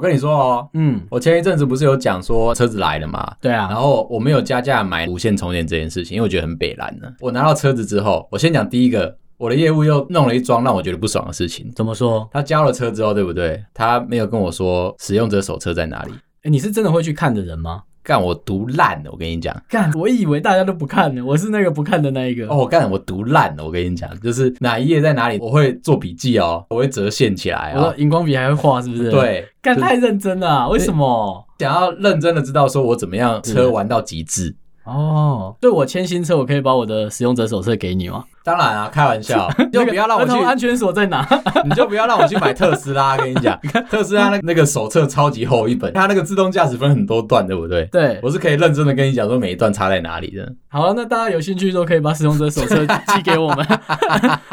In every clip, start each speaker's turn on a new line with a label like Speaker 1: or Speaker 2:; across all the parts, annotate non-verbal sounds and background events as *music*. Speaker 1: 跟你说哦，
Speaker 2: 嗯，
Speaker 1: 我前一阵子不是有讲说车子来了嘛，
Speaker 2: 对啊，
Speaker 1: 然后我没有加价买无线充电这件事情，因为我觉得很北蓝呢。我拿到车子之后，我先讲第一个，我的业务又弄了一桩让我觉得不爽的事情。
Speaker 2: 怎么说？
Speaker 1: 他交了车之后，对不对？他没有跟我说使用者手册在哪里，
Speaker 2: 诶你是真的会去看的人吗？
Speaker 1: 干我读烂了，我跟你讲。
Speaker 2: 干，我以为大家都不看呢，我是那个不看的那一个。
Speaker 1: 哦，，我干，我读烂了，我跟你讲，就是哪一页在哪里，我会做笔记哦，我会折线起来
Speaker 2: 我
Speaker 1: 哦
Speaker 2: 说。荧光笔还会画，是不是？，
Speaker 1: 对，
Speaker 2: 干
Speaker 1: 就是
Speaker 2: 太认真了啊，为什么？
Speaker 1: 想要认真的知道说我怎么样
Speaker 2: 是
Speaker 1: 车玩到极致。
Speaker 2: 哦，对我签新车，我可以把我的使用者手册给你吗？
Speaker 1: 当然啊，开玩笑，你就不要让我
Speaker 2: *laughs* 那个儿童安
Speaker 1: 去，
Speaker 2: 全锁在哪？
Speaker 1: 你就不要让我去买特斯拉。跟你讲，特斯拉那那个手册超级厚一本，它那个自动驾驶分很多段，对不 *laughs* 对？
Speaker 2: 对，
Speaker 1: 我是可以认真的跟你讲说每一段插在哪里的。
Speaker 2: 好了，那大家有兴趣都可以把使用者手册寄给我
Speaker 1: *laughs*
Speaker 2: 们，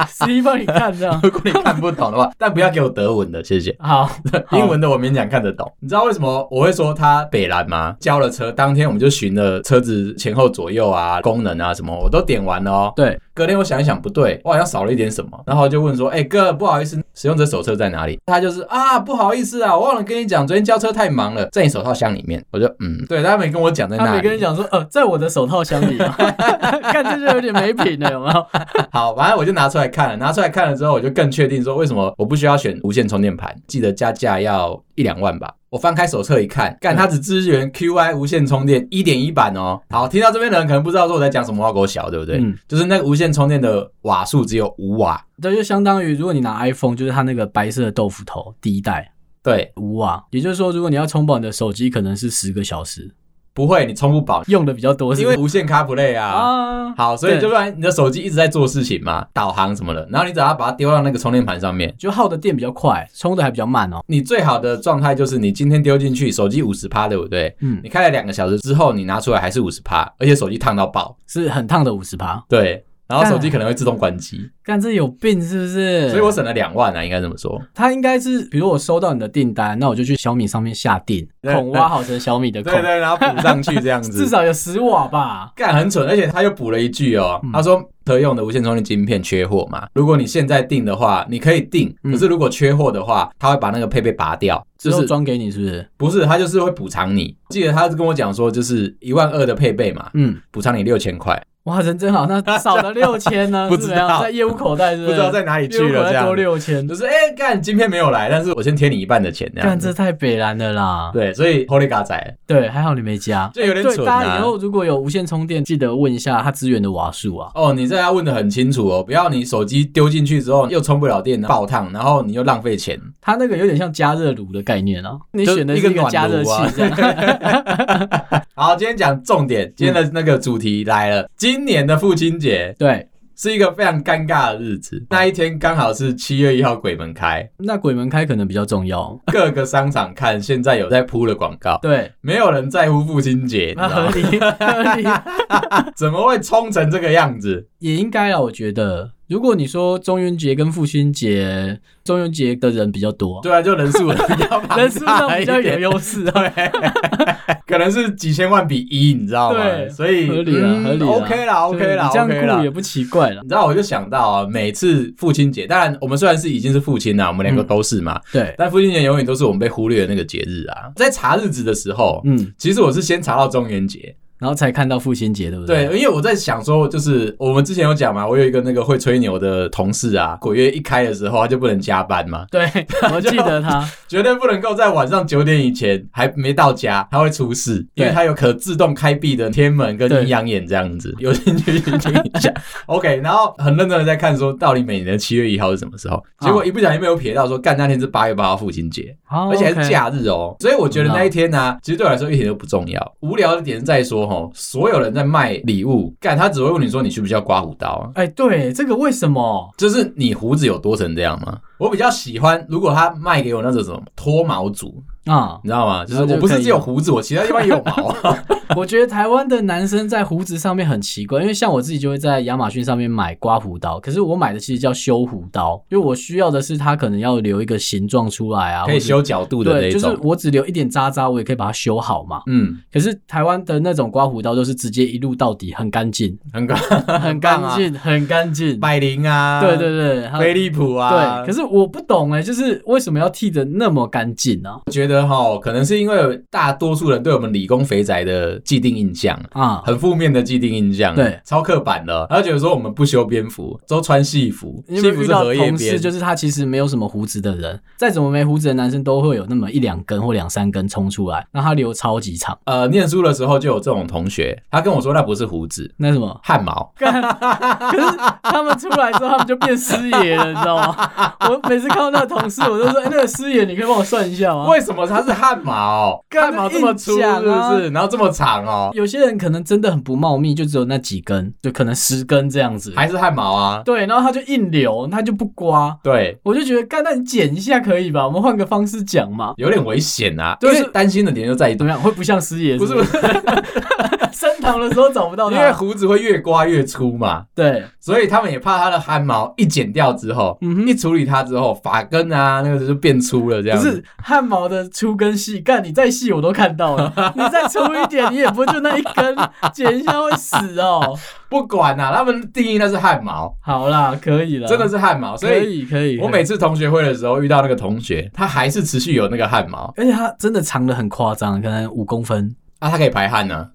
Speaker 2: 十一帮你看这样。
Speaker 1: 如果你看不懂的话，但不要给我德文的，谢谢。
Speaker 2: 好，
Speaker 1: 英文的我勉强看得懂。你知道为什么我会说它北蓝吗？交了车当天我们就巡了车子前后左右啊、功能啊什么，我都点完了哦。
Speaker 2: 对，
Speaker 1: 隔天我想一想，不对，我好像少了一点什么，然后我就问说：“哎、哥，不好意思，使用者手册在哪里？”他就是啊，不好意思啊，我忘了跟你讲，昨天交车太忙了，在你手套箱里面。我就嗯，对，他没跟我讲在
Speaker 2: 他
Speaker 1: 哪
Speaker 2: 没跟你
Speaker 1: 里。
Speaker 2: 讲说，呃，在我的手套箱里啊，看这就有点没品了，有没有？
Speaker 1: *laughs* 好，反正我就拿出来看了，拿出来看了之后，我就更确定说为什么我不需要选无线充电盘，记得加价要一两万吧。我翻开手册一看，干它只支援 QI 无线充电一点一版哦。好，听到这边的人可能不知道说我在讲什么话，给我小对不对？
Speaker 2: 嗯
Speaker 1: 就是那个无线充电的瓦数只有五瓦，
Speaker 2: 这就相当于如果你拿 iPhone，就是它那个白色的豆腐头第一代
Speaker 1: 对，
Speaker 2: 五瓦，也就是说，如果你要充饱你的手机，可能是十个小时，
Speaker 1: 不会你充不饱，
Speaker 2: 用的比较多是
Speaker 1: 因
Speaker 2: 不
Speaker 1: 为
Speaker 2: 是，
Speaker 1: 无线 CarPlay 啊。
Speaker 2: 啊，
Speaker 1: 好，所以
Speaker 2: 对
Speaker 1: 就不然你的手机一直在做事情嘛，导航什么的，然后你只要把它丢到那个充电盘上面。
Speaker 2: 就耗的电比较快，充的还比较慢哦。
Speaker 1: 你最好的状态就是你今天丢进去，手机五十趴，对不对？
Speaker 2: 嗯
Speaker 1: 你，开了两个小时之后，你拿出来还是五十趴，而且手机烫到爆，
Speaker 2: 是很烫的五十趴，
Speaker 1: 对，然后手机
Speaker 2: 干
Speaker 1: 可能会自动关机，
Speaker 2: 干这有病是不是？
Speaker 1: 所以我省了两万啊，应该这么说。
Speaker 2: 它应该是，比如我收到你的订单，那我就去小米上面下订，
Speaker 1: *laughs* 对
Speaker 2: 孔挖好成小米的孔，
Speaker 1: 对 *laughs* 对，然后补上去这样 *laughs* 子，
Speaker 2: 至少有十瓦吧。
Speaker 1: 干很蠢，而且他又补了一句哦，
Speaker 2: 嗯
Speaker 1: 他说特用的无线充电晶片缺货嘛，如果你现在订的话，你可以订，
Speaker 2: 嗯
Speaker 1: 可是如果缺货的话，他会把那个配备拔掉，
Speaker 2: 之
Speaker 1: 就
Speaker 2: 后
Speaker 1: 是
Speaker 2: 装给你是不是？
Speaker 1: 不是他就是会补偿你。记得他是跟我讲说，就是一万二的配备嘛，
Speaker 2: 嗯，
Speaker 1: 补偿你六千块，
Speaker 2: 哇，人真好，那少了六千呢？
Speaker 1: *laughs* 不
Speaker 2: 是
Speaker 1: 知
Speaker 2: 怎
Speaker 1: 道
Speaker 2: 样在业务口袋是不
Speaker 1: 不
Speaker 2: 是？
Speaker 1: 知道在哪里去
Speaker 2: 业务口
Speaker 1: 了这
Speaker 2: 袋多
Speaker 1: 样。
Speaker 2: 六千
Speaker 1: 就，是哎，干、今天没有来，但是我先贴你一半的钱，这样
Speaker 2: 干
Speaker 1: 子
Speaker 2: 这太北蓝了啦。
Speaker 1: 对，所以 Holy 嘎仔
Speaker 2: 对，还好你没加。
Speaker 1: 就有点
Speaker 2: 对，
Speaker 1: 蠢
Speaker 2: 大家
Speaker 1: 啊
Speaker 2: 以。后如果有无线充电，记得问一下它支援的瓦数啊。
Speaker 1: 哦，你这要问的很清楚哦，不要你手机丢进去之后又充不了电，爆烫，然后你又浪费钱。
Speaker 2: 它那个有点像加热炉的概念啊，你
Speaker 1: 就
Speaker 2: 选的
Speaker 1: 一
Speaker 2: 是
Speaker 1: 个
Speaker 2: 一个
Speaker 1: 暖
Speaker 2: 加热器
Speaker 1: 炉啊
Speaker 2: 这
Speaker 1: *laughs*
Speaker 2: 样。
Speaker 1: 好，今天讲重点，今天的那个主题来了。今年的父亲节
Speaker 2: 对，
Speaker 1: 是一个非常尴尬的日子，那一天刚好是七月一号鬼门开，
Speaker 2: 那鬼门开可能比较重要。
Speaker 1: 各个商场看现在有在铺的广告，
Speaker 2: 对，
Speaker 1: 没有人在乎父亲节，你知
Speaker 2: 那
Speaker 1: 道
Speaker 2: 合
Speaker 1: 吗？ *laughs*
Speaker 2: 理合理。
Speaker 1: 怎么会冲成这个样子？
Speaker 2: 也应该啊，我觉得，如果你说中元节跟父亲节，中元节的人比较多，
Speaker 1: 对啊，就人数
Speaker 2: *laughs*
Speaker 1: 比较庞
Speaker 2: 人数上
Speaker 1: 大
Speaker 2: 比
Speaker 1: 一
Speaker 2: 较有
Speaker 1: 点， *laughs*
Speaker 2: 优势啊。
Speaker 1: 对，可能是几千万比一，你知道吗？
Speaker 2: 对
Speaker 1: 所以
Speaker 2: *laughs* 合理啦啊
Speaker 1: 嗯
Speaker 2: 合理啦
Speaker 1: OK 啦，OK 啦
Speaker 2: 对你
Speaker 1: ，OK
Speaker 2: 这样顾
Speaker 1: 啦
Speaker 2: 也。不奇怪了。
Speaker 1: 你知道，我就想到啊，每次父亲节，当然我们虽然是已经是父亲啊啦，我们两个
Speaker 2: 嗯
Speaker 1: 都是嘛，
Speaker 2: 对，
Speaker 1: 但父亲节永远都是我们被忽略的那个节日啊。在查日子的时候，
Speaker 2: 嗯，
Speaker 1: 其实我是先查到中元节，
Speaker 2: 然后才看到父亲节，对不
Speaker 1: 对，
Speaker 2: 对？
Speaker 1: 因为我在想说，就是我们之前有讲嘛，我有一个那个会吹牛的同事啊，鬼月一开的时候他就不能加班 *laughs* 嘛，
Speaker 2: 对，我记得他，
Speaker 1: 绝对不能够在晚上九点以前还没到家，他会出事，因为
Speaker 2: 对
Speaker 1: 他有可自动开闭的天门跟
Speaker 2: 对
Speaker 1: 阴阳眼这样子。有兴趣去听一
Speaker 2: *laughs*
Speaker 1: 下，OK。然后很认真的在看说，到底每年的七月一号是什么时候？结
Speaker 2: 啊
Speaker 1: 果一不小心被我撇到说，干那天是八月八号父亲节。
Speaker 2: 而
Speaker 1: 而且还是假日哦，所以我
Speaker 2: 嗯
Speaker 1: 觉得那一天呢、其实对我来说一点都不重要。无聊的点是在说，吼，所有人在卖礼物，干他只会问你说你需不需要刮胡刀啊？
Speaker 2: 哎，对，这个为什么？
Speaker 1: 就是你胡子有多成这样吗？我比较喜欢，如果他卖给我那种什么脱毛组，
Speaker 2: 啊、
Speaker 1: *laughs* 你知道吗？就是
Speaker 2: 然后就
Speaker 1: 我不
Speaker 2: 可
Speaker 1: 是
Speaker 2: 以
Speaker 1: 只有
Speaker 2: 用
Speaker 1: 胡子，我其他地方也有毛啊。
Speaker 2: *laughs* 我觉得台湾的男生在胡子上面很奇怪，因为像我自己就会在亚马逊上面买刮胡刀，可是我买的其实叫修胡刀，因为我需要的是它可能要留一个形状出来
Speaker 1: *laughs*
Speaker 2: 啊，
Speaker 1: 可以
Speaker 2: 或是
Speaker 1: 修角度的那
Speaker 2: 对，
Speaker 1: 一
Speaker 2: 就是
Speaker 1: 种。
Speaker 2: 我只留一点渣渣，我也可以把它修好嘛。
Speaker 1: 嗯，
Speaker 2: 可是台湾的那种刮胡刀都是直接一路到底，很干净，
Speaker 1: *laughs*
Speaker 2: *laughs*
Speaker 1: 很高，棒
Speaker 2: 很干
Speaker 1: 啊
Speaker 2: 净，很干净。
Speaker 1: 百灵啊，
Speaker 2: 对对对，还有
Speaker 1: 飞利浦啊，
Speaker 2: 对。可是我不懂哎、就是为什么要剃的那么干净啊呢？
Speaker 1: 我觉得哈，可能是因为大多数人对我们理工肥宅的既定印象。
Speaker 2: 啊，
Speaker 1: 很负面的既定印象，
Speaker 2: 对
Speaker 1: 超刻板的。他觉得说我们不修边幅，都穿戏服，
Speaker 2: 你有没
Speaker 1: 戏
Speaker 2: 有
Speaker 1: 服
Speaker 2: 遇
Speaker 1: 是
Speaker 2: 到
Speaker 1: 荷叶
Speaker 2: 同事，
Speaker 1: 边，
Speaker 2: 就是他其实没有什么胡子的人，再怎么没胡子的男生都会有那么一两根或两三根冲出来，那他留超级长，
Speaker 1: 呃，念书的时候就有这种同学，他跟我说那不是胡子，，
Speaker 2: 那什么 *laughs*
Speaker 1: 汗毛。
Speaker 2: 可是他们出来之后，他们就变师爷了，你知道吗？ *laughs* 我每次看到那个同事，我都说，哎、那个师爷，你可以帮我算一下吗？
Speaker 1: 为什么它是汗
Speaker 2: *laughs*
Speaker 1: 毛？汗毛这么粗
Speaker 2: 硬
Speaker 1: 是
Speaker 2: 讲
Speaker 1: 不
Speaker 2: 啊
Speaker 1: 是？然后这么长哦，
Speaker 2: 有些人可能真的很不茂密，就只有那几根，就可能十根这样子。
Speaker 1: 还是汗毛啊？
Speaker 2: 对，然后他就硬留，他就不刮，
Speaker 1: 对，
Speaker 2: 我就觉得，干，那你剪一下可以吧？我们换个方式讲嘛，
Speaker 1: 有点危险啊。
Speaker 2: 对
Speaker 1: 因为担心的点就在于
Speaker 2: 怎，么样？会不像师爷？
Speaker 1: 不是
Speaker 2: 不
Speaker 1: 不
Speaker 2: 是？ *laughs* 升堂的时候找不到
Speaker 1: 因为
Speaker 2: 他。
Speaker 1: 胡子会越刮越粗嘛，
Speaker 2: 对，
Speaker 1: 所以他们也怕它的汗毛一剪掉之后，
Speaker 2: 嗯哼
Speaker 1: 一处理它之后，发根啊那个就变粗了这
Speaker 2: 不
Speaker 1: 样子。
Speaker 2: 是汗毛的粗跟细，干你再细我都看
Speaker 1: *laughs*
Speaker 2: 到了，你再粗一点，你也不就那一根，剪一下会死哦。
Speaker 1: 不管啦、他们定义那是汗毛，
Speaker 2: 好啦，可以了，
Speaker 1: 真的是汗毛。所
Speaker 2: 啊可
Speaker 1: 以
Speaker 2: 以可以。
Speaker 1: 我每次同学会的时候遇到那个同学，他还是持续有那个汗毛
Speaker 2: 而且它真的长得很夸张，可能五公分，
Speaker 1: 啊，他可以排汗
Speaker 2: *laughs*
Speaker 1: 呢、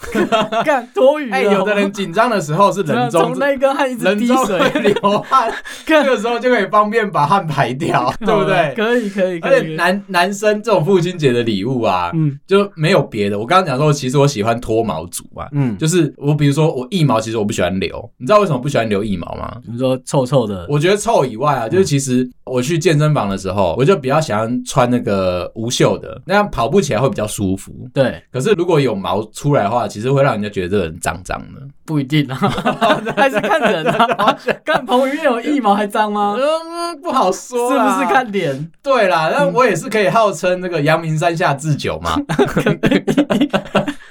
Speaker 2: 干多余了。
Speaker 1: 哎、有的人
Speaker 2: *laughs*
Speaker 1: 紧张的时候是
Speaker 2: 真的
Speaker 1: 人中
Speaker 2: 啊从。那一根汗一直
Speaker 1: 人
Speaker 2: 滴
Speaker 1: 中会
Speaker 2: *laughs* 水，
Speaker 1: 流汗，这
Speaker 2: 干
Speaker 1: 个时候就可以方便把汗排
Speaker 2: *laughs*
Speaker 1: 掉，对不对？
Speaker 2: 哦可以可以可
Speaker 1: 而
Speaker 2: 以
Speaker 1: 且。男男生这种父亲节的礼物啊，
Speaker 2: 嗯
Speaker 1: 就没有别的。我刚刚讲说，其实我喜欢脱毛族嘛，
Speaker 2: 嗯，就
Speaker 1: 就是我比如说我腋毛，其实我不喜欢留，你知道为什么不喜欢留腋毛吗？
Speaker 2: 你说臭臭的，
Speaker 1: 我觉得臭以外啊，
Speaker 2: 嗯
Speaker 1: 就是其实我去健身房的时候，我就比较喜欢穿那个无袖的，那样跑步起来会比较舒服。
Speaker 2: 对，
Speaker 1: 可是如果有毛出来的话，其实会让人家觉得这个人脏脏的。
Speaker 2: 不一定啊， *laughs* 还是
Speaker 1: *laughs*
Speaker 2: 看人啊。干彭于晏有腋毛还脏吗？是
Speaker 1: 嗯，不好说，
Speaker 2: 不啊是？看嗯脸？
Speaker 1: 对啦，那我也是可以号称那个阳明山下智久
Speaker 2: *laughs*
Speaker 1: 嘛，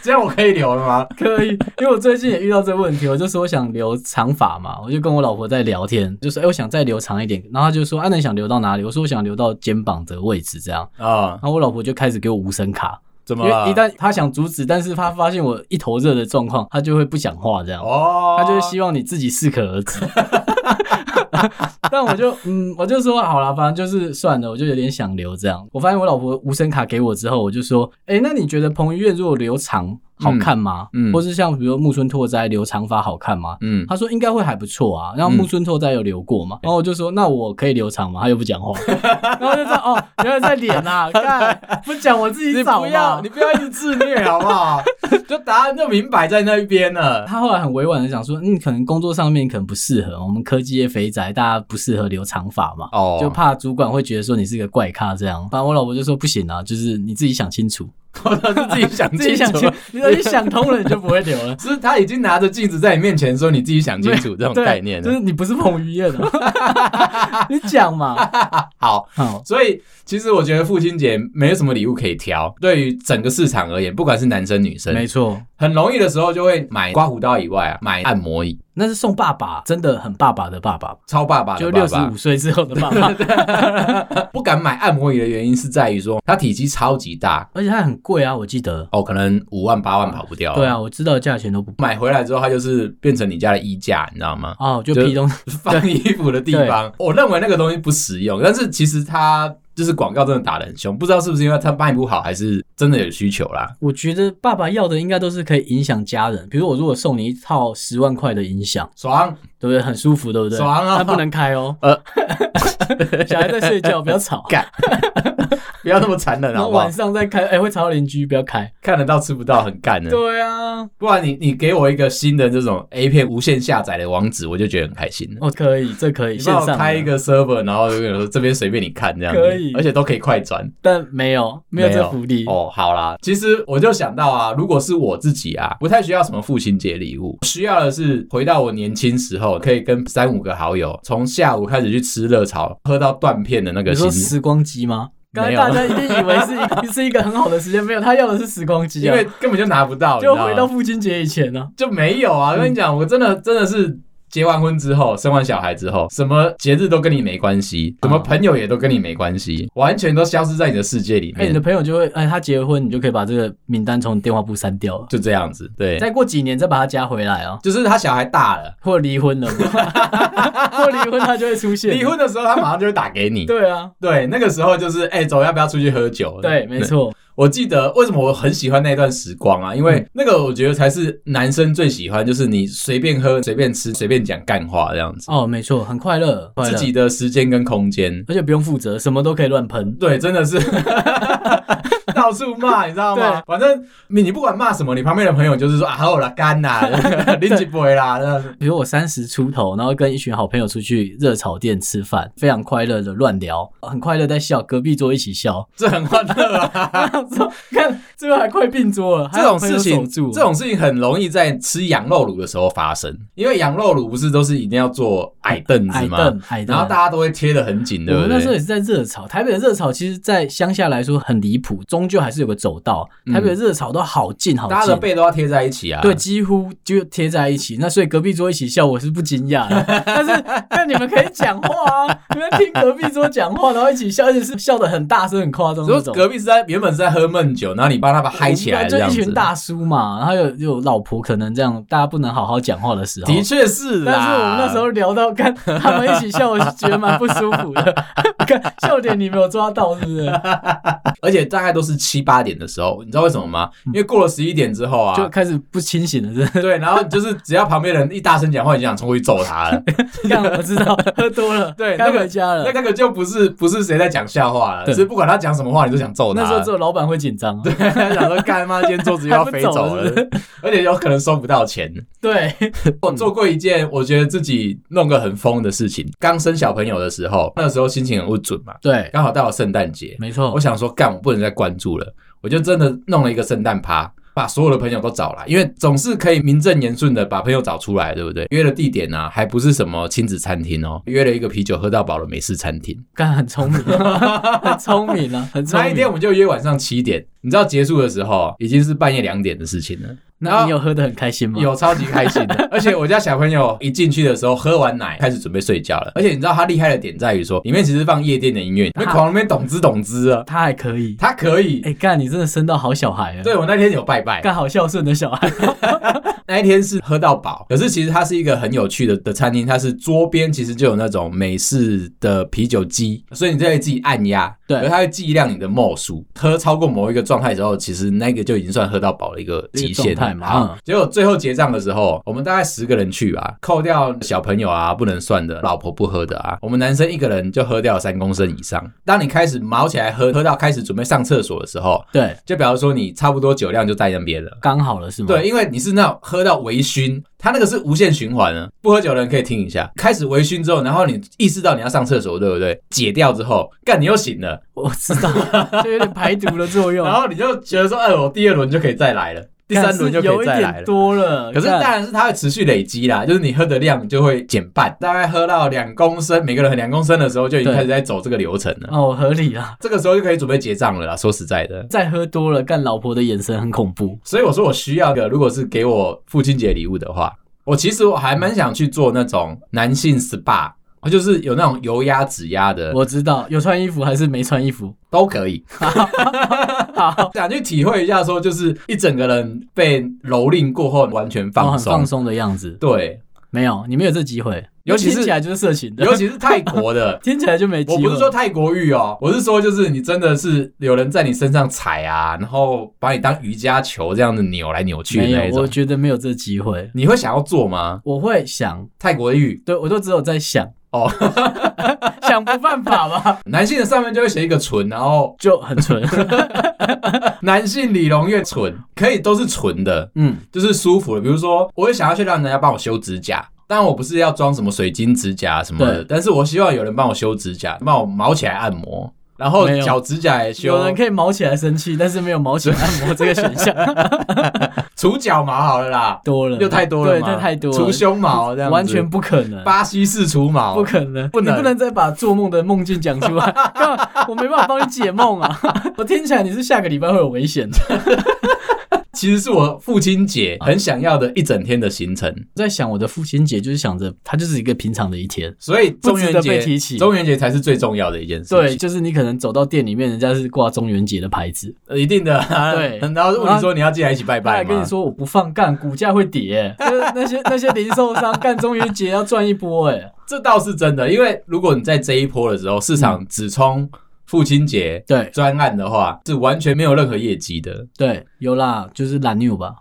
Speaker 1: 这样我可以留了吗？
Speaker 2: *laughs* 可以，因为我最近也遇到这个问题，我就说我想留长发嘛，我就跟我老婆在聊天，就说哎、我想再留长一点，然后她就说啊，那你想留到哪里？我说我想留到肩膀的位置这样，
Speaker 1: 啊、
Speaker 2: 然后我老婆就开始给我无声卡，
Speaker 1: 怎
Speaker 2: 因
Speaker 1: 么
Speaker 2: 为
Speaker 1: 了？
Speaker 2: 一旦她想阻止，但是她发现我一头热的状况，她就会不讲话这样。
Speaker 1: 哦，
Speaker 2: 她就会希望你自己适可而止， *laughs* 但我就嗯，我就说好了，反正就是算了，我就有点想留这样。我发现我老婆无声卡给我之后，我就说，哎、那你觉得彭于晏如果留长好看吗？
Speaker 1: 嗯嗯
Speaker 2: 或是像比如木村拓哉留长发好看吗？
Speaker 1: 嗯，
Speaker 2: 他说应该会还不错啊，然后
Speaker 1: 嗯
Speaker 2: 木村拓哉有留过嘛，然后我就说那我可以留长吗？他又不讲
Speaker 1: *laughs*
Speaker 2: 话，然后就说哦，原来在脸啊，看不讲我自己
Speaker 1: 你
Speaker 2: 找
Speaker 1: 不要，
Speaker 2: 嘛
Speaker 1: 你。不要一直自虐好不好？ *laughs* 就答案就明摆在那一边了。
Speaker 2: 他后来很委婉的讲说，嗯，可能工作上面可能不适合，我们科技业肥宅大家不适合留长发嘛，
Speaker 1: 哦
Speaker 2: 就怕主管会觉得说你是个怪咖这样。反正我老婆就说不行啊，就是你自己想清楚，
Speaker 1: 我都是自己想
Speaker 2: 自己想
Speaker 1: 清楚
Speaker 2: 清，你自己想通了，你就不会留了。
Speaker 1: 是他已经拿着镜子在你面前说你自己想清楚 *laughs* 这种
Speaker 2: 对
Speaker 1: 概念啊
Speaker 2: 就
Speaker 1: 了。
Speaker 2: 是你不是彭于晏的， *laughs* 你讲嘛。
Speaker 1: 好，
Speaker 2: 好，
Speaker 1: 所以其实我觉得父亲节没有什么礼物可以挑，对于整个市场而言，不管是男生女生
Speaker 2: 没，错，
Speaker 1: 很容易的时候就会买刮胡刀以外啊，买按摩椅，
Speaker 2: 那是送爸爸，真的很爸爸的爸爸，
Speaker 1: 超爸爸
Speaker 2: 就
Speaker 1: 的
Speaker 2: 六
Speaker 1: 爸
Speaker 2: 十
Speaker 1: 爸
Speaker 2: 五岁之后的爸
Speaker 1: *laughs*
Speaker 2: 爸，
Speaker 1: 不敢买按摩椅的原因是在于说它体积超级大
Speaker 2: 而且它很贵啊，我记得。
Speaker 1: 哦，可能五万八万跑不掉。
Speaker 2: 对啊，我知道价钱都不
Speaker 1: 买回来之后它就是变成你家的衣架，你知道吗？
Speaker 2: 哦，就
Speaker 1: 就
Speaker 2: 皮东
Speaker 1: *laughs* 放衣服的地方，我认为那个东西不实用，但是其实它就是广告真的打得很凶，不知道是不是因为它卖不好，还是真的有需求啦。
Speaker 2: 我觉得爸爸要的应该都是可以影响家人，比如我如果送你一套十万块的音响，
Speaker 1: 爽，
Speaker 2: 对不对？很舒服，对不对？
Speaker 1: 爽啊
Speaker 2: 但不能开
Speaker 1: *laughs*
Speaker 2: 哦。
Speaker 1: 呃
Speaker 2: *laughs* 小孩在睡觉，不要吵。
Speaker 1: *laughs* 干不要那么残忍
Speaker 2: 然
Speaker 1: 好
Speaker 2: 后
Speaker 1: 不好
Speaker 2: 晚？上再开，哎、会吵到邻居，不要开。
Speaker 1: 看得到吃不到，很干的。
Speaker 2: 对啊，
Speaker 1: 不然你你给我一个新的这种 A 片无限下载的网址，我就觉得很开心了。
Speaker 2: 哦，可以，这可以
Speaker 1: 你
Speaker 2: 线
Speaker 1: 帮我
Speaker 2: 上
Speaker 1: 开一
Speaker 2: 的，
Speaker 1: 个 server，然后就跟你说这边随便你看这样子，
Speaker 2: 可以
Speaker 1: 而且都可以快转。
Speaker 2: 但没有没有这福利。
Speaker 1: 哦，好啦，其实我就想到啊，如果是我自己啊，不太需要什么父亲节礼物，需要的是回到我年轻时候，可以跟三五个好友，从下午开始去吃热炒，喝到断片的那个
Speaker 2: 你
Speaker 1: 心
Speaker 2: 说
Speaker 1: 情。
Speaker 2: 时光机吗？刚才
Speaker 1: 没有
Speaker 2: 大家一定以为是一是一个很 *laughs* 好的时间，没有，他要的是时光机、
Speaker 1: 因
Speaker 2: 啊，
Speaker 1: 为根本就拿不到，
Speaker 2: 就
Speaker 1: 你知道吗
Speaker 2: 回到父亲节以前呢、
Speaker 1: 啊就没有啊！我跟你讲，我真的真的是结完婚之后，生完小孩之后，什么节日都跟你没关系，
Speaker 2: 啊
Speaker 1: 什么朋友也都跟你没关系，完全都消失在你的世界里
Speaker 2: 哎、你
Speaker 1: 面
Speaker 2: 的，朋友就会，哎、他结婚，你就可以把这个名单从你电话簿删掉了。
Speaker 1: 就这样子。对，
Speaker 2: 再过几年再把他加回来啊，
Speaker 1: 就是他小孩大了，
Speaker 2: 或离婚了， *laughs* 或离婚他就会出现。
Speaker 1: 离婚的时候他马上就会打给你。
Speaker 2: 对啊，
Speaker 1: 对，那个时候就是哎、走，要不要出去喝酒？
Speaker 2: 对，没错，
Speaker 1: 我记得为什么我很喜欢那段时光啊，因
Speaker 2: 嗯
Speaker 1: 为那个我觉得才是男生最喜欢，就是你随便喝、随便吃、随便讲干话这样子，
Speaker 2: 哦，没错，很快乐，快乐
Speaker 1: 自己的时间跟空间，
Speaker 2: 而且不用负责，什么都可以乱喷。
Speaker 1: 对，真的是 *laughs* 到处骂，你知道吗
Speaker 2: 对？
Speaker 1: 反正你你不管骂什么，你旁边的朋友就是说啊，好啦，干
Speaker 2: *laughs*
Speaker 1: 啦， *laughs* 拎几杯啦，这样子
Speaker 2: 比如我三十出头，然后跟一群好朋友出去热炒店吃饭，非常快乐的乱聊，很快乐在笑，隔壁桌一起笑，
Speaker 1: 这很欢乐啊。
Speaker 2: *laughs* 看最后还快并桌了，还
Speaker 1: 这
Speaker 2: 有
Speaker 1: 种
Speaker 2: 朋友
Speaker 1: 事情，
Speaker 2: 守住
Speaker 1: 这种事情很容易在吃羊肉卤的时候发生，因为羊肉卤不是都是一定要坐矮凳子
Speaker 2: 矮
Speaker 1: 吗？
Speaker 2: 凳，矮凳，
Speaker 1: 然后大家都会贴得很紧，对
Speaker 2: 我
Speaker 1: 不
Speaker 2: 们那时候
Speaker 1: 对？
Speaker 2: 也是在热炒，台北的热炒其实，在乡下来说很离谱，终究还是有个走道。台北的热炒都好近好
Speaker 1: 大家的
Speaker 2: 近，
Speaker 1: 背都要贴在一起啊。
Speaker 2: 对，，几乎就贴在一起。那所以隔壁桌一起笑，我是不惊讶的。
Speaker 1: *laughs*
Speaker 2: 但是但你们可以讲话啊，你们听隔壁桌讲话，然后一起笑，而且是笑的很大声、很夸张
Speaker 1: 如
Speaker 2: 那
Speaker 1: 果
Speaker 2: 种。
Speaker 1: 隔壁是在原本是在喝闷酒，然后你帮他把嗨起来，
Speaker 2: 就
Speaker 1: 这样
Speaker 2: 一
Speaker 1: 子。
Speaker 2: 群大叔嘛，然后有有老婆，可能这样大家不能好好讲话的时候。
Speaker 1: 的确是啦。
Speaker 2: 但是我们那时候聊到看他们一起笑，我是觉得蛮不舒服的。
Speaker 1: *laughs*
Speaker 2: 看笑点你没有抓到，是不是？
Speaker 1: 而且大概都是七八点的时候，你知道为什么吗？因为过了十一点之后
Speaker 2: 嗯就
Speaker 1: 啊。
Speaker 2: 开始不清醒了，
Speaker 1: *laughs*
Speaker 2: 是
Speaker 1: 对，然后就是只要旁边人一大声讲话，你就想冲过去揍他
Speaker 2: *laughs*
Speaker 1: 了。
Speaker 2: 不是？看我知道，喝多了，
Speaker 1: 对
Speaker 2: 该
Speaker 1: 那个
Speaker 2: 回家了
Speaker 1: 那。那个就不是不是谁在讲笑话了，
Speaker 2: 对
Speaker 1: 是不管他讲什么话，你都想揍他。
Speaker 2: 那时候只有老板会紧张啊，
Speaker 1: *laughs* 想说干妈今天桌子又要飞走了
Speaker 2: 还不走是不是，嗯
Speaker 1: 而且有可能收不到钱。
Speaker 2: 对，
Speaker 1: 我做过一件我觉得自己弄个很疯的事情，刚生小朋友的时候，那时候心情很不准嘛，
Speaker 2: 对，
Speaker 1: 刚好到了圣诞节，
Speaker 2: 没错
Speaker 1: 我，想说干我不能再关注了，我就真的弄了一个圣诞趴。把所有的朋友都找来，因为总是可以名正言顺的把朋友找出来，对不对？约了地点啊，还不是什么亲子餐厅哦，约了一个啤酒喝到饱的美式餐厅。
Speaker 2: 干很聪明，
Speaker 1: *laughs*
Speaker 2: 很聪明啊，很聪
Speaker 1: 那
Speaker 2: 明。
Speaker 1: 一天我们就约晚上七点，你知道结束的时候已经是半夜两点的事情了。然
Speaker 2: 那
Speaker 1: 后
Speaker 2: 你有喝得很开心吗？，
Speaker 1: 有超级开心
Speaker 2: *laughs*
Speaker 1: 的，而且我家小朋友一进去的时候喝完奶开始准备睡觉了，而且你知道他厉害的点在于说，里面其实放夜店的音乐，那
Speaker 2: 他
Speaker 1: 狂那边懂之懂之啊，
Speaker 2: 他还可以。
Speaker 1: 他可以。
Speaker 2: 哎，干，你真的生到好小孩啊！
Speaker 1: 对，我那天有拜拜，
Speaker 2: 干好孝顺的小孩。
Speaker 1: 那一天是喝到饱，可是其实它是一个很有趣的的餐厅，它是桌边其实就有那种美式的啤酒机，所以你就可以自己按压，
Speaker 2: 对
Speaker 1: 而它会计量你的沫数，喝超过某一个状态之后，其实那个就已经算喝到饱的一个极
Speaker 2: 一
Speaker 1: 限
Speaker 2: 个状态嘛嗯
Speaker 1: 好，结果最后结账的时候，我们大概十个人去啊，扣掉小朋友啊不能算的，老婆不喝的啊，我们男生一个人就喝掉了三公升以上。当你开始毛起来喝，喝到开始准备上厕所的时候，
Speaker 2: 对，
Speaker 1: 就比方说你差不多酒量就在那边了。
Speaker 2: 刚好了是吗？
Speaker 1: 对，因为你是那种喝到微醺，它那个是无限循环啊。不喝酒的人可以听一下，开始微醺之后，然后你意识到你要上厕所，对不对？解掉之后，干你又醒了，
Speaker 2: 我知道， *laughs* 就有点排毒的作用
Speaker 1: 然。后你就觉得说，哎，我第二轮就可以再来
Speaker 2: *laughs*
Speaker 1: 了，第
Speaker 2: 干
Speaker 1: 三轮
Speaker 2: 是
Speaker 1: 就可
Speaker 2: 有
Speaker 1: 以
Speaker 2: 一
Speaker 1: 再来
Speaker 2: 点
Speaker 1: 了。
Speaker 2: 多了，
Speaker 1: 可是
Speaker 2: 干
Speaker 1: 当然是它会持续累积啦，就是你喝的量就会减半，大概喝到两公升，每个人两公升的时候就已经
Speaker 2: 对
Speaker 1: 开始在走这个流程了。
Speaker 2: 哦，合理啦。
Speaker 1: 这个时候就可以准备结账了啦。说实在的，
Speaker 2: 再喝多了，干老婆的眼神很恐怖。
Speaker 1: 所以我说我需要的，如果是给我父亲节礼物的话，我其实我还蛮想去做那种男性 SPA，就是有那种油压、指压的，
Speaker 2: 我知道有穿衣服还是没穿衣服。
Speaker 1: 都可以。
Speaker 2: *laughs* 好，
Speaker 1: 想去体会一下，说就是一整个人被蹂躏过后完全
Speaker 2: 然后
Speaker 1: 放
Speaker 2: 哦很
Speaker 1: 松。
Speaker 2: 放松的样子。 *laughs*
Speaker 1: 对，
Speaker 2: 没有，你没有这机会，
Speaker 1: 尤其是
Speaker 2: 听起来就是色情的，。
Speaker 1: 尤其是泰国的
Speaker 2: *laughs* 听起来就没机
Speaker 1: 我
Speaker 2: 会。
Speaker 1: 不是说泰国浴哦，我是说就是你真的是有人在你身上踩啊，然后把你当瑜伽球这样子扭来扭去的
Speaker 2: 没
Speaker 1: 那一
Speaker 2: 有，我
Speaker 1: 种，
Speaker 2: 觉得没有这机会。
Speaker 1: 你会想要做吗？
Speaker 2: 我会想，
Speaker 1: 泰国浴
Speaker 2: 对我都只有在想，
Speaker 1: 哦，
Speaker 2: *laughs* 想不犯法吧，
Speaker 1: 男性的上面就会写一个纯，然后 *coughs*
Speaker 2: 就很纯。
Speaker 1: 男性理容越纯，可以都是纯的，
Speaker 2: *laughs* 嗯，
Speaker 1: 就是舒服的。比如说，我也想要去让人家帮我修指甲，当然我不是要装什么水晶指甲什么的
Speaker 2: 对，
Speaker 1: 但是我希望有人帮我修指甲，帮我毛起来按摩，然后
Speaker 2: 没有
Speaker 1: 脚指甲也修
Speaker 2: 有，人可以毛起来生气，但是没有毛起来按摩这个选 *laughs* 项
Speaker 1: 除脚毛好了啦，
Speaker 2: 多了，
Speaker 1: 又太多了
Speaker 2: 对，
Speaker 1: 嘛，
Speaker 2: 这太多了，
Speaker 1: 除胸毛这样子
Speaker 2: 完全不可能。
Speaker 1: 巴西式除毛，
Speaker 2: 不可能，
Speaker 1: 不能
Speaker 2: 你不能再把做梦的梦境讲出来， *laughs* 干 *laughs* 嘛我没办法帮你解梦啊！我听起来你是下个礼拜会有危险的。
Speaker 1: 其实是我父亲节
Speaker 2: 啊
Speaker 1: 很想要的一整天的行程，
Speaker 2: 在想我的父亲节，就是想着它就是一个平常的一天。
Speaker 1: 所以中
Speaker 2: 不值
Speaker 1: 元
Speaker 2: 得
Speaker 1: 节
Speaker 2: 被提起
Speaker 1: 中元节才是最重要的一件事情。
Speaker 2: 对，就是你可能走到店里面，人家是挂中元节的牌子，
Speaker 1: 呃，一定的。
Speaker 2: 对
Speaker 1: *laughs* 然后问你说你要进来一起拜
Speaker 2: 他
Speaker 1: 拜
Speaker 2: 还
Speaker 1: 吗？
Speaker 2: 跟你说我不放干，股价会 *laughs* 跌、就是那些那些零售商干中元节要赚一波哎、
Speaker 1: 这倒是真的，因为如果你在这一波的时候，市场只冲父亲节
Speaker 2: 对
Speaker 1: 专案的话，是完全没有任何业绩的。 *laughs*
Speaker 2: 对，有啦，就是懒牛吧，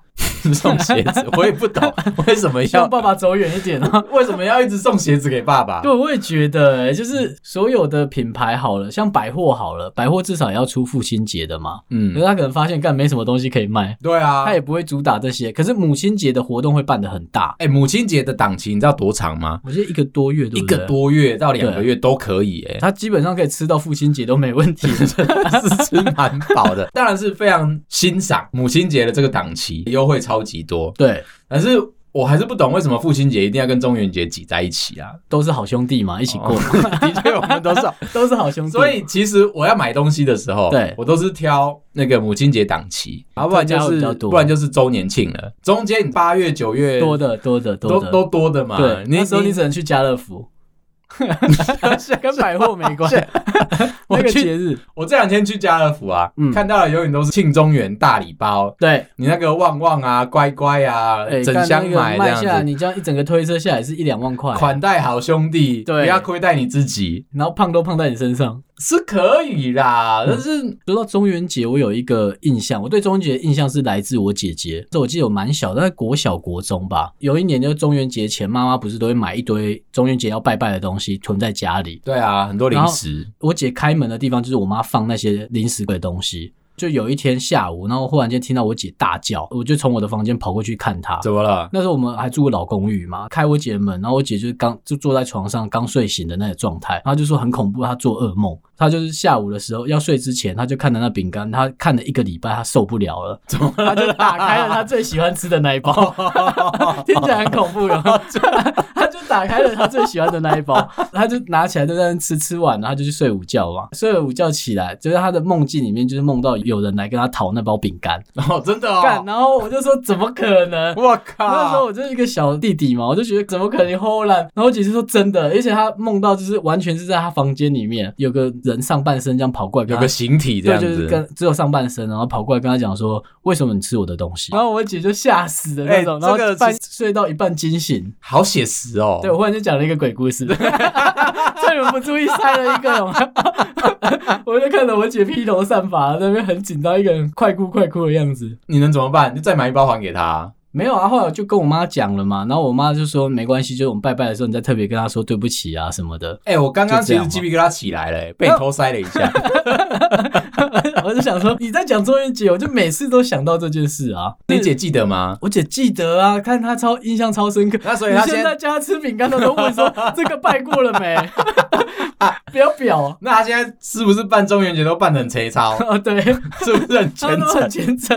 Speaker 1: 送鞋
Speaker 2: *laughs*
Speaker 1: 子，我也不懂为什么
Speaker 2: 希
Speaker 1: 要
Speaker 2: 望爸爸走远一点 *laughs* 啊。
Speaker 1: 为什么要一直送鞋子给爸爸
Speaker 2: 对，？我也觉得、欸，就是所有的品牌好了，像百货好了，百货至少也要出父亲节的嘛。可
Speaker 1: 嗯
Speaker 2: 是，他可能发现干没什么东西可以卖，
Speaker 1: 对啊
Speaker 2: 他。也不会主打这些。可是母亲节的活动会办得很大，
Speaker 1: 哎，母亲节的档期你知道多长吗？
Speaker 2: 我记得一个多月，对
Speaker 1: 一
Speaker 2: 不对？
Speaker 1: 个，多月到两个月都可以，哎，
Speaker 2: 他基本上可以吃到父亲节都没问题。
Speaker 1: *laughs* 是吃蛮饱的。当然是非常欣赏母亲节的这个档期，优惠超级多。
Speaker 2: *laughs* 对，
Speaker 1: 但是我还是不懂为什么父亲节一定要跟中元节挤在一起啊？哦
Speaker 2: 都是好兄弟嘛，一起过，
Speaker 1: *laughs* 的确，我们都
Speaker 2: *laughs*
Speaker 1: 是。
Speaker 2: 都是好兄弟。
Speaker 1: 所以其实我要买东西的时候，
Speaker 2: 对
Speaker 1: 我都是挑那个母亲节档期，啊，不然就
Speaker 2: 特价会
Speaker 1: 是
Speaker 2: 比较多
Speaker 1: 不然就是周年庆了。中间你八月九月
Speaker 2: 多的多的多
Speaker 1: 都
Speaker 2: 的，
Speaker 1: 都多的嘛，
Speaker 2: 对，
Speaker 1: 你
Speaker 2: 那时候你只能去家
Speaker 1: *laughs*
Speaker 2: 乐福。跟百货没关系，那
Speaker 1: 我
Speaker 2: 个
Speaker 1: 去
Speaker 2: 节日，
Speaker 1: 我这两天去家乐福啊，
Speaker 2: 嗯
Speaker 1: 看到的永远都是庆中元大礼包，
Speaker 2: 对，
Speaker 1: 你那个旺旺啊、乖乖啊、
Speaker 2: 哎，
Speaker 1: 整
Speaker 2: 干
Speaker 1: 箱
Speaker 2: 那个
Speaker 1: 买这
Speaker 2: 卖下来，
Speaker 1: 样子。
Speaker 2: 你这样一整个推车下来是一两万块，
Speaker 1: 款待好兄弟，
Speaker 2: 对
Speaker 1: 不要亏待你自己，
Speaker 2: 然后胖都胖在你身上。
Speaker 1: 是可以
Speaker 2: 嗯
Speaker 1: 啦。但是
Speaker 2: 说到中元节，我有一个印象，我对中元节的印象是来自我姐姐。这我记得我蛮小，大概国小国中吧。有一年就是中元节前，妈妈不是都会买一堆中元节要拜拜的东西囤在家里。
Speaker 1: 对啊，很多零
Speaker 2: 然后
Speaker 1: 食，
Speaker 2: 我姐开门的地方就是我妈放那些零食的东西。就有一天下午，然后忽然间听到我姐大叫，我就从我的房间跑过去看她。
Speaker 1: 怎么了？
Speaker 2: 那时候我们还住过老公寓嘛，开我姐的门，然后我姐就是刚就坐在床上刚睡醒的那个状态，她就说很恐怖，她做噩梦，她就是下午的时候要睡之前，她就看着那饼干，她看了一个礼拜，她受不了了，
Speaker 1: 怎么
Speaker 2: 她就打开了她最喜欢吃的那
Speaker 1: *laughs*
Speaker 2: 一包，
Speaker 1: 了？
Speaker 2: 听起来很恐怖
Speaker 1: *laughs*
Speaker 2: 有没有她就打开了她最喜欢的那一包，她就拿起来就在那边吃，吃完然后她就去睡午觉嘛，睡了午觉起来，就是她的梦境里面就是梦到有人来跟她讨那包饼干，
Speaker 1: *laughs* 哦，真的哦，
Speaker 2: 干，然后我就说怎么可
Speaker 1: *laughs*
Speaker 2: 能？
Speaker 1: 我靠！
Speaker 2: 那时候我就是一个小弟弟嘛，我就觉得怎么可能偷懒？然后我姐就说真的，而且她梦到就是完全是在她房间里面有个人上半身这样跑过来跟
Speaker 1: 有
Speaker 2: 她，
Speaker 1: 个形体这
Speaker 2: 对，
Speaker 1: 样子，
Speaker 2: 就是跟只有上半身，然后跑过来跟她讲说为什么你吃我的东西？然后我姐就吓死了那种，
Speaker 1: 哎
Speaker 2: 然后
Speaker 1: 这个
Speaker 2: 半
Speaker 1: 其
Speaker 2: 睡到一半惊醒，
Speaker 1: 好写实哦。
Speaker 2: 对我忽然就讲了一个鬼故 *laughs* 事，趁你们不注意塞了一个有没有 *laughs* 我就看着我姐披头散发在那边很紧张，一个人快哭快哭的样子。
Speaker 1: 你能怎么办？你就再买一包还给他。。
Speaker 2: 没有啊，后来我就跟我妈讲了嘛，然后我妈就说没关系，就是我们拜拜的时候，你再特别跟她说对不起啊什么的 *laughs*
Speaker 1: 哎、我刚刚
Speaker 2: 就这
Speaker 1: 其
Speaker 2: 样
Speaker 1: 实
Speaker 2: 吗
Speaker 1: 鸡皮疙瘩起来了、欸被你偷塞了一 *laughs* 下。
Speaker 2: 我就想说你在讲中元节，我就每次都想到这件事啊。
Speaker 1: 你姐记得吗？
Speaker 2: 我姐记得啊，看她超印象超深刻。
Speaker 1: 那所以
Speaker 2: 你
Speaker 1: 她
Speaker 2: 现
Speaker 1: 现
Speaker 2: 在叫她吃饼干，她都
Speaker 1: *laughs*
Speaker 2: 问说这个拜过了没？ *laughs* 不要表？
Speaker 1: 那她现在是不是办中元节都办得很贼操 *laughs*
Speaker 2: 哦，对，
Speaker 1: 是不是很
Speaker 2: 她
Speaker 1: 虔
Speaker 2: 都很
Speaker 1: *laughs* 诚？
Speaker 2: 虔诚，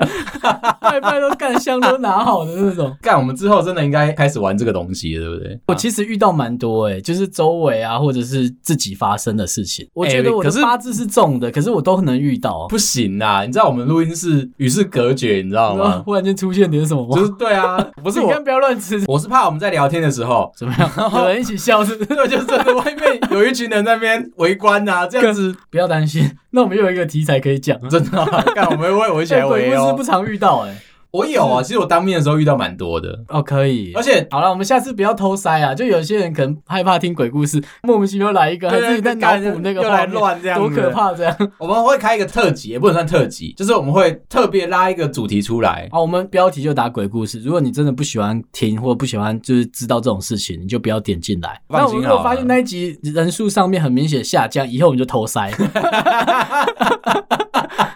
Speaker 2: 拜拜都干香都拿好的那种。
Speaker 1: 干，我们之后真的应该开始玩这个东西了，对不 *laughs* 对？
Speaker 2: 我
Speaker 1: 啊
Speaker 2: 其实遇到蛮多诶、欸就是周围啊，或者是自己发生的事情。我觉
Speaker 1: 哎
Speaker 2: 得我的
Speaker 1: 可是
Speaker 2: 八字是重的，可是我都能遇到啊。
Speaker 1: 不行啦，你知道我们录音室与世隔绝，你知道
Speaker 2: 然后
Speaker 1: *laughs* 吗？
Speaker 2: 忽然间出现点什么吗？
Speaker 1: 就是对 *laughs* 啊，不是
Speaker 2: 你
Speaker 1: 我
Speaker 2: 看，不要乱
Speaker 1: *laughs*
Speaker 2: 吃，
Speaker 1: 我是怕我们在聊天的时候，
Speaker 2: 怎么样？ *laughs* 有人一起笑是不 *laughs* 是？
Speaker 1: 对，就是真的外面有一群人在那边围观
Speaker 2: *laughs*
Speaker 1: 啊，这样子
Speaker 2: 不要担心，那我们又有一个题材可以讲啊。
Speaker 1: 真的、啊，看我们会围起来
Speaker 2: 哎鬼
Speaker 1: 围
Speaker 2: 故事
Speaker 1: 哦
Speaker 2: 不。常遇到哎、
Speaker 1: 我有啊，其实我当面的时候遇到蛮多的，
Speaker 2: 哦，可以。
Speaker 1: 而且
Speaker 2: 好了，我们下次不要偷塞啊！就有些人可能害怕听鬼故事，莫名其妙来一个，还自己在脑补那个
Speaker 1: 又
Speaker 2: 画
Speaker 1: 来
Speaker 2: 面，
Speaker 1: 乱这样，
Speaker 2: 多可！怕这样！
Speaker 1: 我们会开一个特辑，也不能算特辑，就是我们会特别拉一个主题出来。
Speaker 2: 好，我们标题就打鬼故事。如果你真的不喜欢听，或不喜欢就是知道这种事情，你就不要点进来。
Speaker 1: 放
Speaker 2: 那我
Speaker 1: 心
Speaker 2: 们如
Speaker 1: 好
Speaker 2: 果
Speaker 1: 了
Speaker 2: 发现那一集人数上面很明显下降，以后我们就偷塞。 *laughs*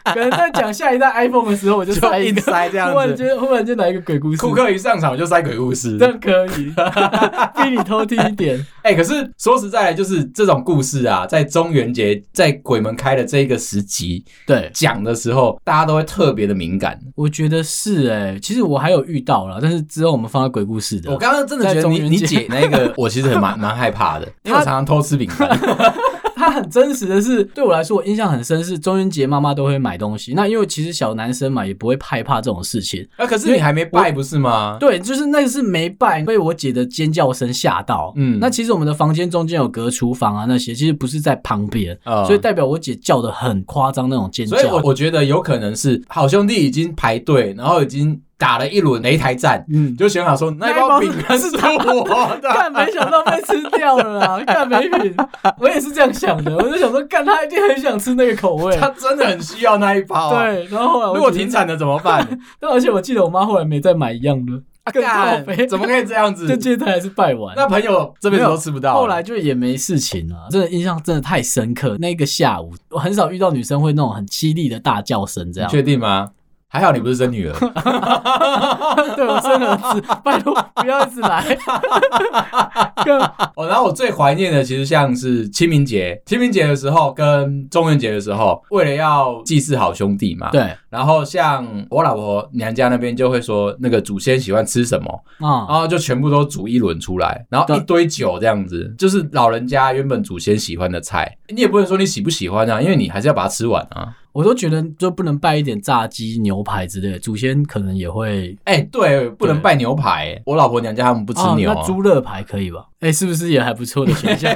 Speaker 2: 可能在讲下一代 iPhone 的时候，我就
Speaker 1: 就
Speaker 2: 塞一
Speaker 1: 硬
Speaker 2: 个。
Speaker 1: 塞这样
Speaker 2: *laughs* 忽然
Speaker 1: 子，
Speaker 2: 间，忽然间来一个鬼故事，
Speaker 1: 库克一上场就塞鬼故事
Speaker 2: 这。样可以， *laughs* 逼你偷听一
Speaker 1: *laughs*
Speaker 2: 点。
Speaker 1: 哎、可是说实在的，就是这种故事啊，在中元节在鬼门开的这个时集
Speaker 2: 对，
Speaker 1: 讲的时候，大家都会特别的敏感。
Speaker 2: 我觉得是哎、其实我还有遇到了，但是之后我们放在鬼故事的。
Speaker 1: 我刚刚真的觉
Speaker 2: 在
Speaker 1: 得
Speaker 2: 中
Speaker 1: 你
Speaker 2: 元
Speaker 1: 你
Speaker 2: 节 *laughs*
Speaker 1: 姐那个，我其实很蛮蛮害怕的，因为我常常偷吃饼干。
Speaker 2: 它很真实的是，对我来说，我印象很深是中元节妈妈都会买东西。那因为其实小男生嘛，也不会害怕这种事情。
Speaker 1: 啊，可是你还没拜不是吗？
Speaker 2: 对，就是那个是没拜，被我姐的尖叫声吓到。
Speaker 1: 嗯
Speaker 2: 嗯，那其实我们的房间中间有隔厨房啊那些，其实不是在旁边，
Speaker 1: 啊
Speaker 2: 所以代表我姐叫的很夸张那种尖叫。
Speaker 1: 所以我我觉得有可能是好兄弟已经排队，然后已经打了一轮擂台战，
Speaker 2: 嗯，
Speaker 1: *laughs* 就想好说那一包饼干是我
Speaker 2: *laughs* 干
Speaker 1: 的。
Speaker 2: 没想到被吃掉
Speaker 1: *laughs*
Speaker 2: 了啦，干没品，我也是这样想的，我就想说干他一定很想吃那个口味。
Speaker 1: 他真的很需要那一包、啊。，
Speaker 2: 对，然后后来我
Speaker 1: 如果
Speaker 2: 姐
Speaker 1: 停，产了怎么办？
Speaker 2: 但而且我记得我妈后来没再买一样的，
Speaker 1: 啊
Speaker 2: 更靠北
Speaker 1: 干怎么可以这
Speaker 2: *laughs*
Speaker 1: 样子
Speaker 2: 这？接她还是拜完。
Speaker 1: 那朋友这辈子都吃不到。
Speaker 2: 后来就也没事情了，真的印象真的太深刻。那个下午，我很少遇到女生会那种很凄厉的大叫声这
Speaker 1: 你
Speaker 2: 样。
Speaker 1: 确定吗？还好你不是生女儿。
Speaker 2: *laughs* 对我生儿子，拜托不要一直来。
Speaker 1: 哦，然后我最怀念的其实像是清明节，清明节的时候跟中元节的时候，为了要祭祀好兄弟嘛，。
Speaker 2: *laughs* 对
Speaker 1: 然后像我老婆娘家那边就会说，那个祖先喜欢吃什么，然
Speaker 2: 啊，
Speaker 1: 后就全部都煮一轮出来，然后
Speaker 2: 对
Speaker 1: 一堆酒这样子，就是老人家原本祖先喜欢的菜，你也不能说你喜不喜欢啊，因为你还是要把它吃完啊。
Speaker 2: 我都觉得就不能拜一点炸鸡、牛排之类的，祖先可能也会
Speaker 1: 哎、对，不能
Speaker 2: 对
Speaker 1: 拜牛排、我老婆娘家他们不吃牛、
Speaker 2: 哦、
Speaker 1: 啊
Speaker 2: 那猪肋排可以吧？哎、是不是也还不错的选项？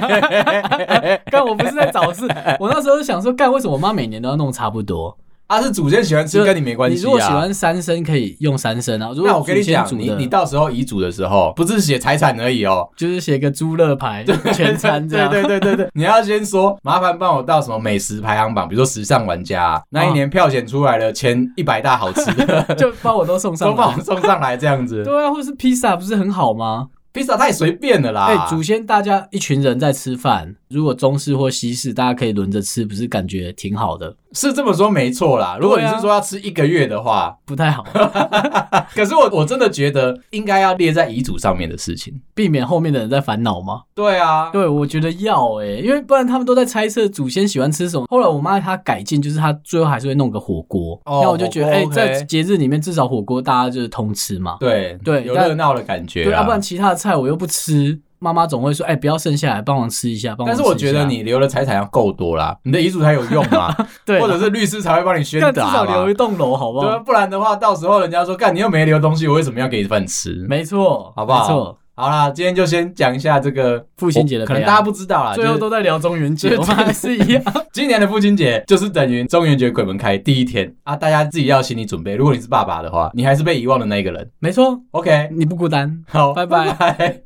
Speaker 2: *laughs* 干，我不是在找事，我那时候想说，干，为什么我妈每年都要弄差不多？
Speaker 1: 啊，是祖先喜欢吃，
Speaker 2: 就
Speaker 1: 跟你没关系、啊。
Speaker 2: 你如果喜欢三生，可以用三生啊。如果
Speaker 1: 那我跟你讲，
Speaker 2: 祖先
Speaker 1: 你
Speaker 2: 煮的
Speaker 1: 你到时候遗嘱的时候，不是写财产而已哦，
Speaker 2: 就是写个猪肋排全餐这
Speaker 1: 对
Speaker 2: 样。
Speaker 1: 对对对对， *laughs* 你要先说，麻烦帮我到什么美食排行榜，比如说时尚玩家、啊那一
Speaker 2: 哦
Speaker 1: 年票选出来的前一百大好
Speaker 2: *laughs*
Speaker 1: 吃 *laughs* 的，
Speaker 2: 就把我都送
Speaker 1: 都
Speaker 2: 上
Speaker 1: 帮
Speaker 2: 来
Speaker 1: 我。送上来这样子。
Speaker 2: 对啊，或是披萨不是很好吗？
Speaker 1: 披萨太随便了啦，
Speaker 2: 哎、祖先大家一群人在吃饭，如果中式或西式，大家可以轮着吃，不是感觉挺好的？
Speaker 1: 是这么说没错啦。如果你
Speaker 2: 对啊
Speaker 1: 是说要吃一个月的话，
Speaker 2: 不太好， *laughs* 啊
Speaker 1: 可是我我真的觉得应该要列在遗嘱上面的事情。
Speaker 2: 避免后面的人在烦恼吗？
Speaker 1: 对啊，
Speaker 2: 对，我觉得要哎、因为不然他们都在猜测祖先喜欢吃什么。后来我妈她改进，就是她最后还是会弄个火锅。
Speaker 1: 哦
Speaker 2: 那我就觉得，
Speaker 1: 火
Speaker 2: 哎、
Speaker 1: 锅
Speaker 2: 在
Speaker 1: OK
Speaker 2: 节日里面至少火锅大家就是通吃嘛。
Speaker 1: 对
Speaker 2: 对
Speaker 1: 有
Speaker 2: 但
Speaker 1: 热闹的感觉啊
Speaker 2: 对，要、
Speaker 1: 啦。
Speaker 2: 不然其他的菜我又不吃，妈妈总会说，哎、不要剩下来，帮忙吃一下，帮忙
Speaker 1: 但
Speaker 2: 吃
Speaker 1: 是
Speaker 2: 一下。
Speaker 1: 我觉得你留的财产要够多啦，你的遗嘱才有用嘛，
Speaker 2: *laughs* 对啊，
Speaker 1: 或者是律师才会帮你宣
Speaker 2: 但至
Speaker 1: 达
Speaker 2: 少
Speaker 1: 嘛
Speaker 2: 留一栋楼好不
Speaker 1: 对啊，
Speaker 2: 好？
Speaker 1: 不然的话，到时候人家说干你又没留东西，我为什么要给你饭吃？
Speaker 2: 没错，
Speaker 1: 好不好
Speaker 2: 没错，
Speaker 1: 好啦，今天就先讲一下这个
Speaker 2: 父亲节的啊
Speaker 1: 可能
Speaker 2: 悲哀
Speaker 1: 大家不知道啦，
Speaker 2: 最后
Speaker 1: 就
Speaker 2: 都在聊中元
Speaker 1: 就
Speaker 2: 节，
Speaker 1: 是
Speaker 2: 我们还是 *laughs* 一样。
Speaker 1: 是今年的父亲节就是等于中元节鬼门开第一天啊，大家自己要心理准备。如果你是爸爸的话，你还是被遗忘的那一个人。
Speaker 2: 没错，
Speaker 1: OK，
Speaker 2: 你不孤单。
Speaker 1: 好，
Speaker 2: 拜拜
Speaker 1: 拜